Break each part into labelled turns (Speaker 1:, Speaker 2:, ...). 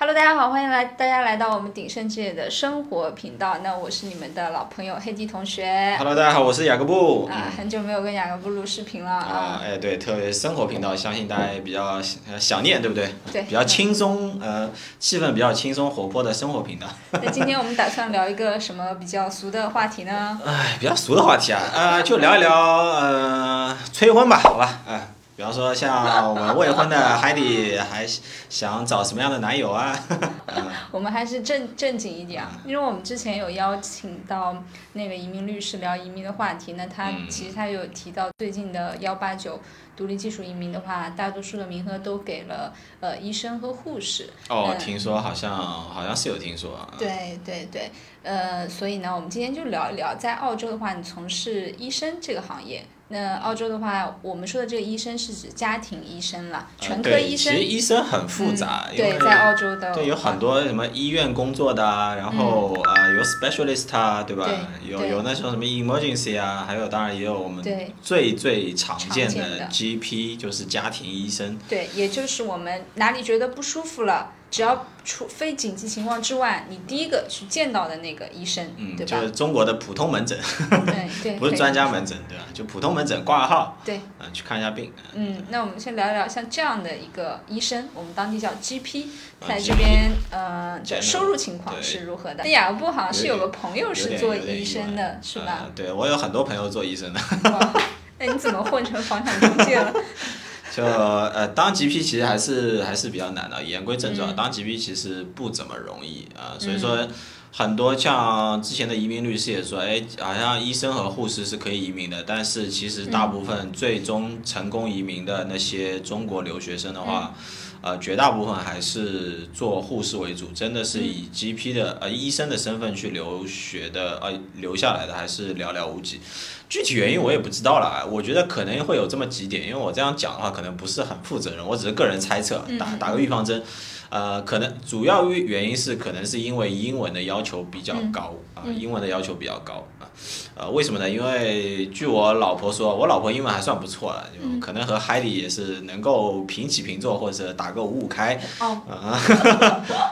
Speaker 1: Hello，大家好，欢迎来大家来到我们鼎盛之野的生活频道。那我是你们的老朋友黑鸡同学
Speaker 2: Hello，大家好，我是雅各布。
Speaker 1: 啊，很久没有跟雅各布录视频了
Speaker 2: 啊
Speaker 1: 啊，。
Speaker 2: 哎，对，特别生活频道，相信大家也比较呃想念，对不对？
Speaker 1: 对
Speaker 2: 比较轻松，呃，气氛比较轻松活泼的生活频道。
Speaker 1: 那今天我们打算聊一个什么比较俗的话题 呢？
Speaker 2: 哎，比较俗的话题啊，呃，就聊一聊呃催婚吧，好吧，哎、比方说像我们未婚的还得还想找什么样的男友啊？
Speaker 1: 我们还是正正经一点啊，因为我们之前有邀请到那个移民律师聊移民的话题，那他
Speaker 2: 嗯
Speaker 1: 其实他有提到最近的幺八九独立技术移民的话，大多数的名额都给了呃医生和护士。
Speaker 2: 哦，
Speaker 1: 嗯
Speaker 2: 听说好像好像是有听说啊。
Speaker 1: 对对对，呃，所以呢，我们今天就聊一聊，在澳洲的话，你从事医生这个行业。那澳洲的话，我们说的这个医生是指家庭医生啦，
Speaker 2: 呃
Speaker 1: 全科
Speaker 2: 对
Speaker 1: 医生。
Speaker 2: 其实医生很复杂，
Speaker 1: 嗯
Speaker 2: 因为
Speaker 1: 对，在澳洲的
Speaker 2: 对，有很多什么医院工作的啊，然后啊、有 specialist 啊，对吧？
Speaker 1: 嗯对
Speaker 2: 有
Speaker 1: 对
Speaker 2: 有那种什么 emergency 啊，还有当然也有我们
Speaker 1: 对
Speaker 2: 最最常见
Speaker 1: 常见的
Speaker 2: 的 GP，就是家庭医生。
Speaker 1: 对，也就是我们哪里觉得不舒服了，只要除非紧急情况之外，你第一个去见到的那个医生，
Speaker 2: 嗯，
Speaker 1: 对
Speaker 2: 就
Speaker 1: 吧？
Speaker 2: 是中国的普通门诊，
Speaker 1: 对对，
Speaker 2: 不是
Speaker 1: 可以
Speaker 2: 专家门诊，对吧？就普通门诊挂号，
Speaker 1: 对，
Speaker 2: 嗯、去看一下病。
Speaker 1: 嗯，那我们先聊一聊像这样的一个医生，我们当地叫 GP，
Speaker 2: 啊
Speaker 1: 在这
Speaker 2: GP
Speaker 1: 边呃，这
Speaker 2: 在那
Speaker 1: 收入情况
Speaker 2: 对
Speaker 1: 是如何的？那雅各布好像是有
Speaker 2: 有点
Speaker 1: 个朋友
Speaker 2: 有
Speaker 1: 是
Speaker 2: 点
Speaker 1: 做
Speaker 2: 有点
Speaker 1: 医
Speaker 2: 意
Speaker 1: 生
Speaker 2: 外
Speaker 1: 的，是吧？
Speaker 2: 嗯对我有很多朋友做医生的，
Speaker 1: 哇那你怎么混成房产中介 了？
Speaker 2: 就呃当 GP 其实还是还是比较难的，言归正传，
Speaker 1: 嗯
Speaker 2: 当 GP 其实不怎么容易啊、所以说很多像之前的移民律师也说，哎，好像医生和护士是可以移民的，但是其实大部分最终成功移民的那些中国留学生的话，呃，绝大部分还是做护士为主，真的是以 GP 的呃医生的身份去留学的，呃，留下来的还是寥寥无几。具体原因我也不知道了，我觉得可能会有这么几点，因为我这样讲的话可能不是很负责任，我只是个人猜测，打打个预防针。呃，可能主要原因是可能是因为英文的要求比较高啊、英文的要求比较高啊，呃，为什么呢？因为据我老婆说，我老婆英文还算不错了，就可能和海里也是能够平起平坐，或者是打个五五开。
Speaker 1: 哦，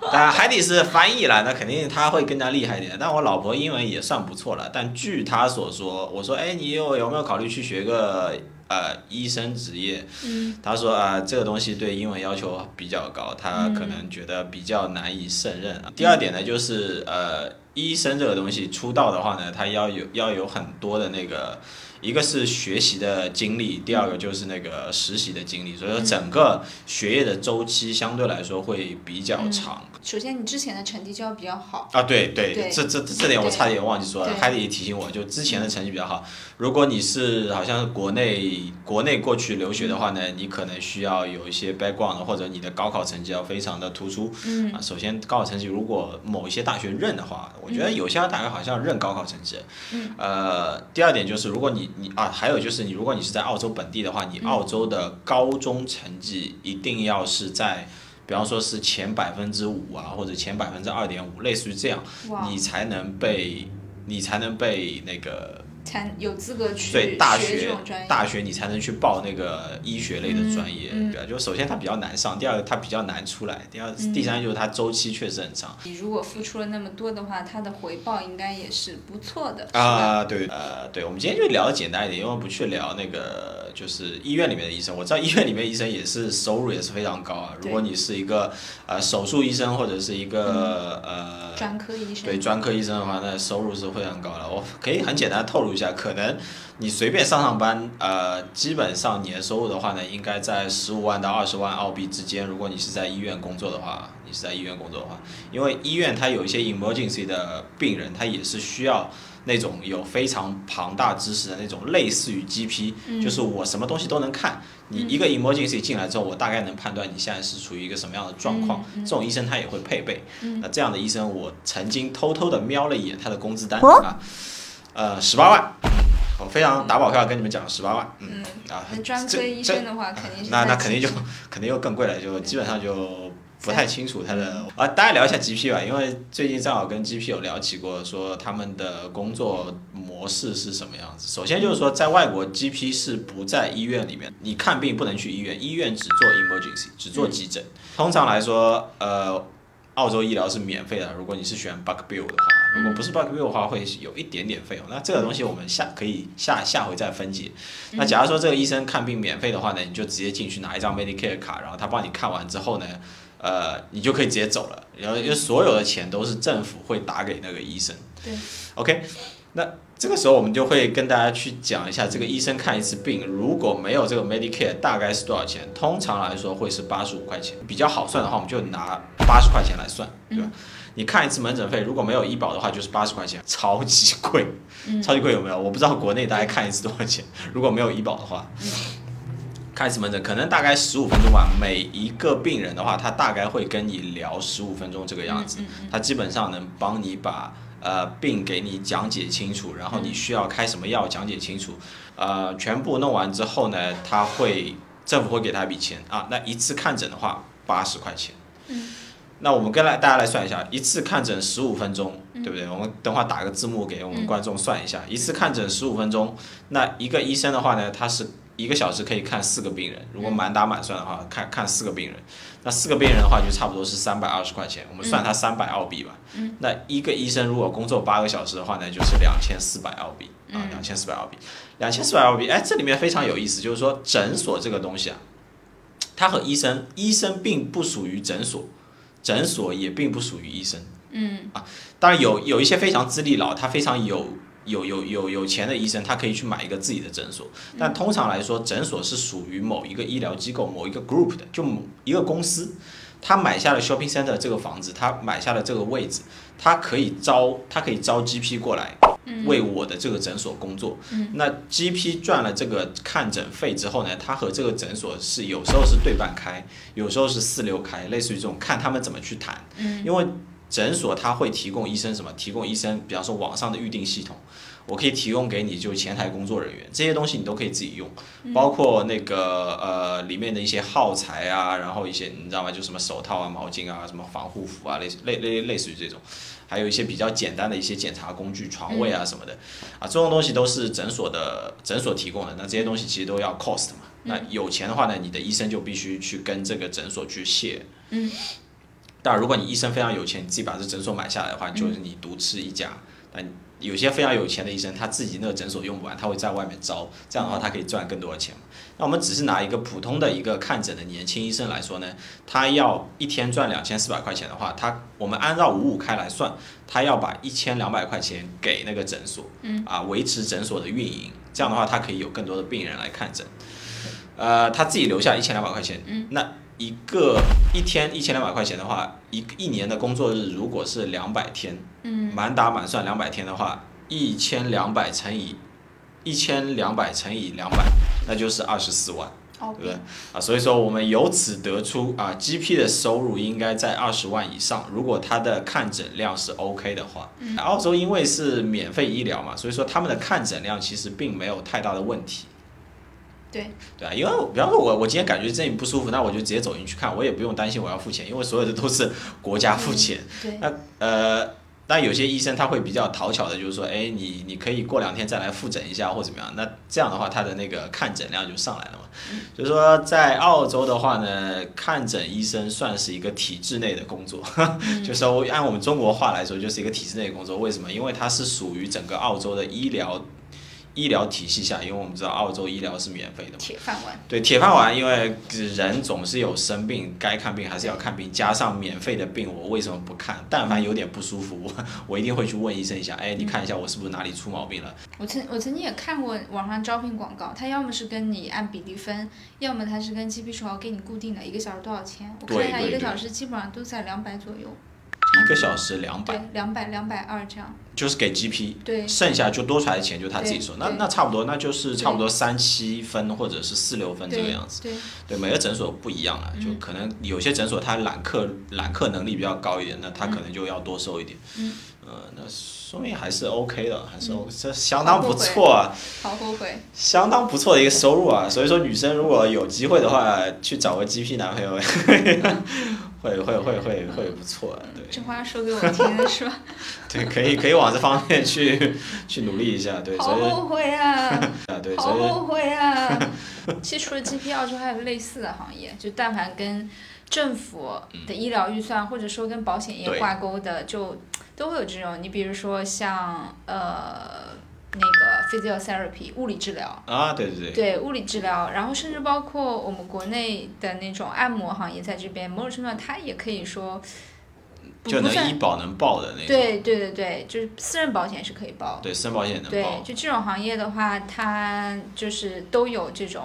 Speaker 2: 当然，海底是翻译了，那肯定他会更加厉害一点。但我老婆英文也算不错了，但据她所说，我说，哎，你有有没有考虑去学个呃医生职业？
Speaker 1: 嗯，
Speaker 2: 她说啊、这个东西对英文要求比较高，她可能觉得比较难以胜任啊。第二点呢，就是呃，医生这个东西出道的话呢，他要有要有很多的那个。一个是学习的经历，第二个就是那个实习的经历，所以说整个学业的周期相对来说会比较长。
Speaker 1: 首先你之前的成绩就要比较好，
Speaker 2: 啊，对对，
Speaker 1: 对
Speaker 2: 这这这点我差点忘记说了
Speaker 1: 对，
Speaker 2: 还得提醒我，就之前的成绩比较好。如果你是好像是国内国内过去留学的话呢，你可能需要有一些 background，或者你的高考成绩要非常的突出。
Speaker 1: 嗯，
Speaker 2: 啊，首先高考成绩如果某一些大学认的话，我觉
Speaker 1: 嗯
Speaker 2: 得有些大学好像认高考成绩。嗯。呃，第二点就是，如果你你啊，还有就是你如果你是在澳洲本地的话，
Speaker 1: 嗯
Speaker 2: 你澳洲的高中成绩一定要是在。比方说是前百分之五啊，或者前百分之二点五，类似于这样，
Speaker 1: 嗯哇，
Speaker 2: 你才能被你才能被那个
Speaker 1: 才有资格去
Speaker 2: 对大
Speaker 1: 学这
Speaker 2: 学
Speaker 1: 种专业。
Speaker 2: 大学你才能去报那个医学类的专业，
Speaker 1: 嗯嗯
Speaker 2: 对吧？就首先它比较难上，第二个它比较难出来，第二、
Speaker 1: 嗯
Speaker 2: 第三就是它周期确实很长。
Speaker 1: 你如果付出了那么多的话，他的回报应该也是不错的，是吧？
Speaker 2: 啊，对，呃，对，我们今天就聊的简单一点，因为不去聊那个就是医院里面的医生。我知道医院里面医生也是收入也是非常高啊。如果你是一个呃手术医生或者是一个、
Speaker 1: 嗯
Speaker 2: 呃
Speaker 1: 专科医生。
Speaker 2: 对专科医生的话，那收入是非常高的。我可以很简单地透露一下，可能你随便上上班，呃，基本上年收入的话呢，应该在十五万到二十万澳币之间。如果你是在医院工作的话，你是在医院工作的话，因为医院它有一些 emergency 的病人，他也是需要。那种有非常庞大知识的那种，类似于 GP，、就是
Speaker 1: 嗯
Speaker 2: 我什么东西都能看。你一个 emergency 进来之后，我大概能判断你现在是处于一个什么样的状况。这种医生他也会配备。那这样的医生，我曾经偷偷的瞄了一眼他的工资单、啊，呃，十八万，我非常打保票跟你们讲，十八万，嗯啊，
Speaker 1: 那专科
Speaker 2: 这
Speaker 1: 医
Speaker 2: 这
Speaker 1: 生的话，肯定是
Speaker 2: 那那
Speaker 1: 在
Speaker 2: 肯定就肯定又更贵了，就基本上就不太清楚它的啊。大家聊一下 GP 吧，因为最近正好跟 GP 有聊起过，说他们的工作模式是什么样子。首先就是说，在外国 GP 是不在医院里面，你看病不能去医院，医院只做 emergency，只做急诊。通常来说，呃。澳洲医疗是免费的，如果你是选 Bug Bill 的话，如果不是 Bug Bill 的话，会有一点点费用。那这个东西我们下可以下下回再分解。那假如说这个医生看病免费的话呢，你就直接进去拿一张 Medicare 卡，然后他帮你看完之后呢，呃，你就可以直接走了。然后因为所有的钱都是政府会打给那个医生。
Speaker 1: 对。
Speaker 2: OK，那这个时候我们就会跟大家去讲一下，这个医生看一次病如果没有这个 Medicare 大概是多少钱？通常来说会是八十五块钱，比较好算的话，我们就拿八十块钱来算，对吧？你看一次门诊费，如果没有医保的话，就是八十块钱，超级贵，超级贵有没有？我不知道国内大概看一次多少钱，如果没有医保的话。看一次门诊可能大概十五分钟吧，每一个病人的话，他大概会跟你聊十五分钟这个样子，他基本上能帮你把呃病给你讲解清楚，然后你需要开什么药讲解清楚，呃，全部弄完之后呢，他会政府会给他一笔钱啊，那一次看诊的话八十块钱，那我们跟来大家来算一下，一次看诊十五分钟，对不对？我们等会儿打个字幕给我们观众算一下，一次看诊十五分钟，那一个医生的话呢，他是一个小时可以看四个病人，如果满打满算的话，看看四个病人，那四个病人的话就差不多是三百二十块钱，我们算他三百澳币吧。那一个医生如果工作八个小时的话呢，就是两千四百澳币啊，两千四百澳币，两千四百澳币。哎，这里面非常有意思，就是说诊所这个东西啊，它和医生，医生并不属于诊所。诊所也并不属于医生。嗯啊，当然有有一些非常资历老，他非常有有有有有钱的医生，他可以去买一个自己的诊所。但通常来说，诊所是属于某一个医疗机构、某一个 group 的，就某一个公司，他买下了 shopping center 这个房子，他买下了这个位置，他可以招他可以招 GP 过来。为我的这个诊所工作，那 GP 赚了这个看诊费之后呢，他和这个诊所是有时候是对半开，有时候是四六开，类似于这种看他们怎么去谈。因为诊所他会提供医生什么？提供医生，比方说网上的预定系统，我可以提供给你，就前台工作人员这些东西你都可以自己用，包括那个呃里面的一些耗材啊，然后一些你知道吗？就什么手套啊、毛巾啊、什么防护服啊，类似类类类似于这种。还有一些比较简单的一些检查工具、床位啊什么的，啊，这种东西都是诊所的诊所提供的。那这些东西其实都要 cost 嘛。那有钱的话呢，你的医生就必须去跟这个诊所去谢。
Speaker 1: 嗯。
Speaker 2: 但如果你医生非常有钱，你自己把这诊所买下来的话，就是你独吃一家。但有些非常有钱的医生，他自己那个诊所用不完，他会在外面招，这样的话他可以赚更多的钱嘛。那我们只是拿一个普通的一个看诊的年轻医生来说呢，他要一天赚两千四百块钱的话，他我们按照五五开来算，他要把一千两百块钱给那个诊所，嗯，啊，维持诊所的运营，这样的话他可以有更多的病人来看诊，呃，他自己留下一千两百块钱，嗯，那一个一天一千两百块钱的话，一一年的工作日如果是两百天，嗯，满打满算两百天的话，一千两百乘以一千两百乘以两百，那就是二十四万。
Speaker 1: 哦
Speaker 2: 对不对啊？所以说我们由此得出啊，GP 的收入应该在二十万以上，如果他的看诊量是 OK 的话。澳洲因为是免费医疗嘛，所以说他们的看诊量其实并没有太大的问题。
Speaker 1: 对
Speaker 2: 对啊，因为比方说我我今天感觉这里不舒服，那我就直接走进去看，我也不用担心我要付钱，因为所有的都是国家付钱。
Speaker 1: 对，
Speaker 2: 那呃，但有些医生他会比较讨巧的，就是说，哎，你你可以过两天再来复诊一下或怎么样。那这样的话，他的那个看诊量就上来了嘛。所以说，在澳洲的话呢，看诊医生算是一个体制内的工作， 就是我按我们中国话来说，就是一个体制内的工作。为什么？因为它是属于整个澳洲的医疗医疗体系下，因为我们知道澳洲医疗是免费的嘛。
Speaker 1: 铁饭碗。
Speaker 2: 对，铁饭碗，因为人总是有生病，该看病还是要看病，加上免费的病，我为什么不看？但凡有点不舒服， 我我一定会去问医生一下，哎，你看一下我是不是哪里出毛病了？
Speaker 1: 我曾我曾经也看过网上招聘广告，它要么是跟你按比例分，要么它是跟 GP 说好给你固定的一个小时多少钱。我看
Speaker 2: 对
Speaker 1: 一下，
Speaker 2: 对
Speaker 1: 一个
Speaker 2: 对
Speaker 1: 小时基本上都在两百左右，
Speaker 2: 一个小时两百，
Speaker 1: 对，两百两百二这样。
Speaker 2: 就是给 GP，
Speaker 1: 对
Speaker 2: 剩下就多出来的钱就他自己
Speaker 1: 对
Speaker 2: 说，那
Speaker 1: 对
Speaker 2: 那差不多，那就是差不多三七分或者是四六分这个
Speaker 1: 对
Speaker 2: 样子。
Speaker 1: 对，
Speaker 2: 对，每个诊所不一样啊，就
Speaker 1: 嗯
Speaker 2: 可能有些诊所它揽客揽客能力比较高一点，那它可能就要多收一点。
Speaker 1: 嗯，
Speaker 2: 呃，那说明还是 OK 的，还是 OK，、这
Speaker 1: 好
Speaker 2: 相当不
Speaker 1: 后悔
Speaker 2: 错啊，
Speaker 1: 好后悔。
Speaker 2: 相当不错的一个收入啊。所以说，女生如果有机会的话，去找个 GP 男朋友， 会会会会会不错、啊，对。
Speaker 1: 这话说给我听的是吧？
Speaker 2: 对，可以可以往这方面去去努力一下，对，
Speaker 1: 好
Speaker 2: 所以
Speaker 1: 后悔啊！
Speaker 2: 啊，对，
Speaker 1: 好
Speaker 2: 所以
Speaker 1: 后悔啊！其实除了 GP，澳洲还有类似的行业，就但凡跟政府的医疗预算、或者说跟保险业
Speaker 2: 嗯对
Speaker 1: 挂钩的，就都会有这种。你比如说像呃那个 physiotherapy 物理治疗，
Speaker 2: 啊，对对对，
Speaker 1: 对物理治疗，然后甚至包括我们国内的那种按摩行业，在这边某种程度上它也可以说不
Speaker 2: 就
Speaker 1: 不
Speaker 2: 能
Speaker 1: 算
Speaker 2: 医保能报的那种，对，
Speaker 1: 对对对对，就是私人保险是可以报的。
Speaker 2: 私人保险也能
Speaker 1: 对
Speaker 2: 报，，
Speaker 1: 就这种行业的话，它就是都有这种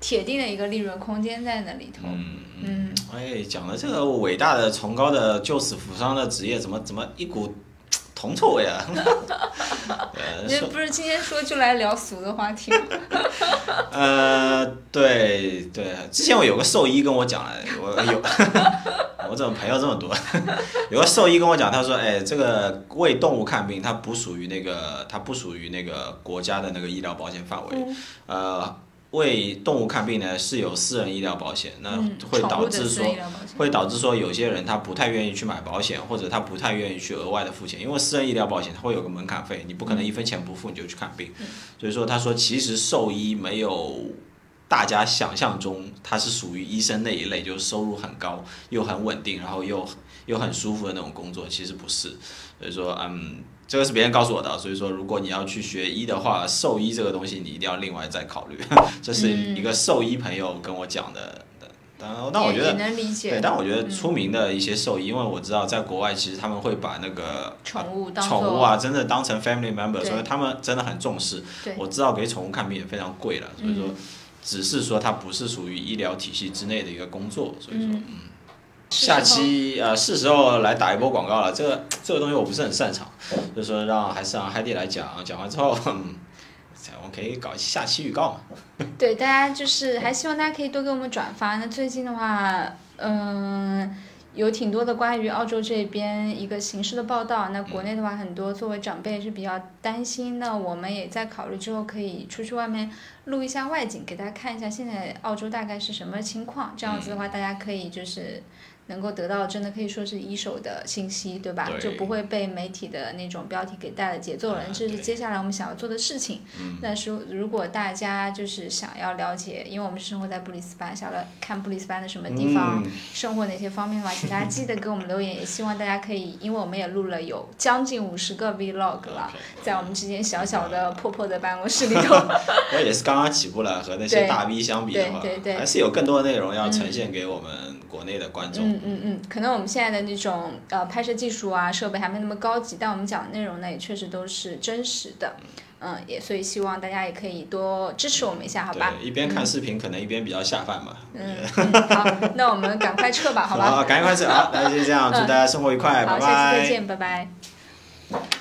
Speaker 1: 铁定的一个利润空间在那里头。
Speaker 2: 嗯。
Speaker 1: 嗯，
Speaker 2: 哎，讲了这个伟大的、崇高的、救死扶伤的职业，怎么怎么一股铜臭味啊？呃，
Speaker 1: 这
Speaker 2: 说
Speaker 1: 不是今天说就来聊俗的话题吗，
Speaker 2: 呃，对对，之前我有个兽医跟我讲来，我有， 我怎么朋友这么多？有个兽医跟我讲，他说，哎，这个为动物看病，它不属于那个，它不属于那个国家的那个医疗保险范围，
Speaker 1: 嗯
Speaker 2: 呃。为动物看病呢是有私人医疗保险，那
Speaker 1: 嗯，
Speaker 2: 会
Speaker 1: 宠
Speaker 2: 导
Speaker 1: 物的
Speaker 2: 致
Speaker 1: 私
Speaker 2: 说
Speaker 1: 人医疗保险
Speaker 2: 会导致说有些人他不太愿意去买保险，或者他不太愿意去额外的付钱，因为私人医疗保险它会有个门槛费，你不可能一分钱不付你就去看病。所以说，他说其实兽医没有大家想象中，它是属于医生那一类，就是收入很高又很稳定，然后又又很舒服的那种工作，其实不是。所以说，嗯，这个是别人告诉我的啊，所以说如果你要去学医的话，兽医这个东西你一定要另外再考虑， 这是一个兽医朋友跟我讲的。当然，但我觉
Speaker 1: 也
Speaker 2: 得
Speaker 1: 也能理
Speaker 2: 对，
Speaker 1: 解
Speaker 2: 但我觉得出名的一些兽医，因为我知道在国外其实他们会把那个
Speaker 1: 宠物当
Speaker 2: 宠物
Speaker 1: 做
Speaker 2: 啊真的当成 family member，
Speaker 1: 对
Speaker 2: 所以他们真的很重视。
Speaker 1: 对嗯
Speaker 2: 我知道给宠物看病也非常贵了，所以说只是说它不是属于医疗体系之内的一个工作，所以说嗯。
Speaker 1: 是
Speaker 2: 下
Speaker 1: 时候
Speaker 2: 期呃是时候来打一波广告了，这个这个东西我不是很擅长，所以说让还是让 Heidi 来讲，讲完之后，嗯，我可以搞下期预告嘛。
Speaker 1: 对，大家就是还希望大家可以多给我们转发。那最近的话，嗯、有挺多的关于澳洲这边一个形势的报道。那国内的话，很多作为长辈是比较担心。那我们也在考虑之后可以出去外面录一下外景，给大家看一下现在澳洲大概是什么情况。这样子的话，大家可以就是。能够得到真的可以说是一手的信息，对吧？
Speaker 2: 对
Speaker 1: 就不会被媒体的那种标题给带了节奏了。
Speaker 2: 啊
Speaker 1: 这是
Speaker 2: 对
Speaker 1: 接下来我们想要做的事情。
Speaker 2: 嗯
Speaker 1: 但是如果大家就是想要了解，因为我们是生活在布里斯班，想要看布里斯班的什么地方，
Speaker 2: 嗯
Speaker 1: 生活哪些方面嘛，请大家记得给我们留言，也希望大家可以，因为我们也录了有将近五十个 vlog 了
Speaker 2: OK
Speaker 1: 在我们之间小小的破破的办公室里头，
Speaker 2: 我也是刚刚起步了，和那些
Speaker 1: 对
Speaker 2: 大 V 相比的话
Speaker 1: 对对，对
Speaker 2: 还是有更多的内容要呈现给我们国内的观 众。
Speaker 1: 嗯嗯嗯，可能我们现在的那种呃拍摄技术啊设备还没那么高级，但我们讲的内容呢也确实都是真实的，嗯，也所以希望大家也可以多支持我们一下，好吧？
Speaker 2: 对，一边看视频可能一边比较下饭吧。
Speaker 1: 嗯，嗯好，那我们赶快 撤吧，好吧？
Speaker 2: 赶紧开始啊！那就这样，祝大家生活愉 快，
Speaker 1: 好，
Speaker 2: 拜
Speaker 1: 下期
Speaker 2: 拜
Speaker 1: 再。见，拜拜。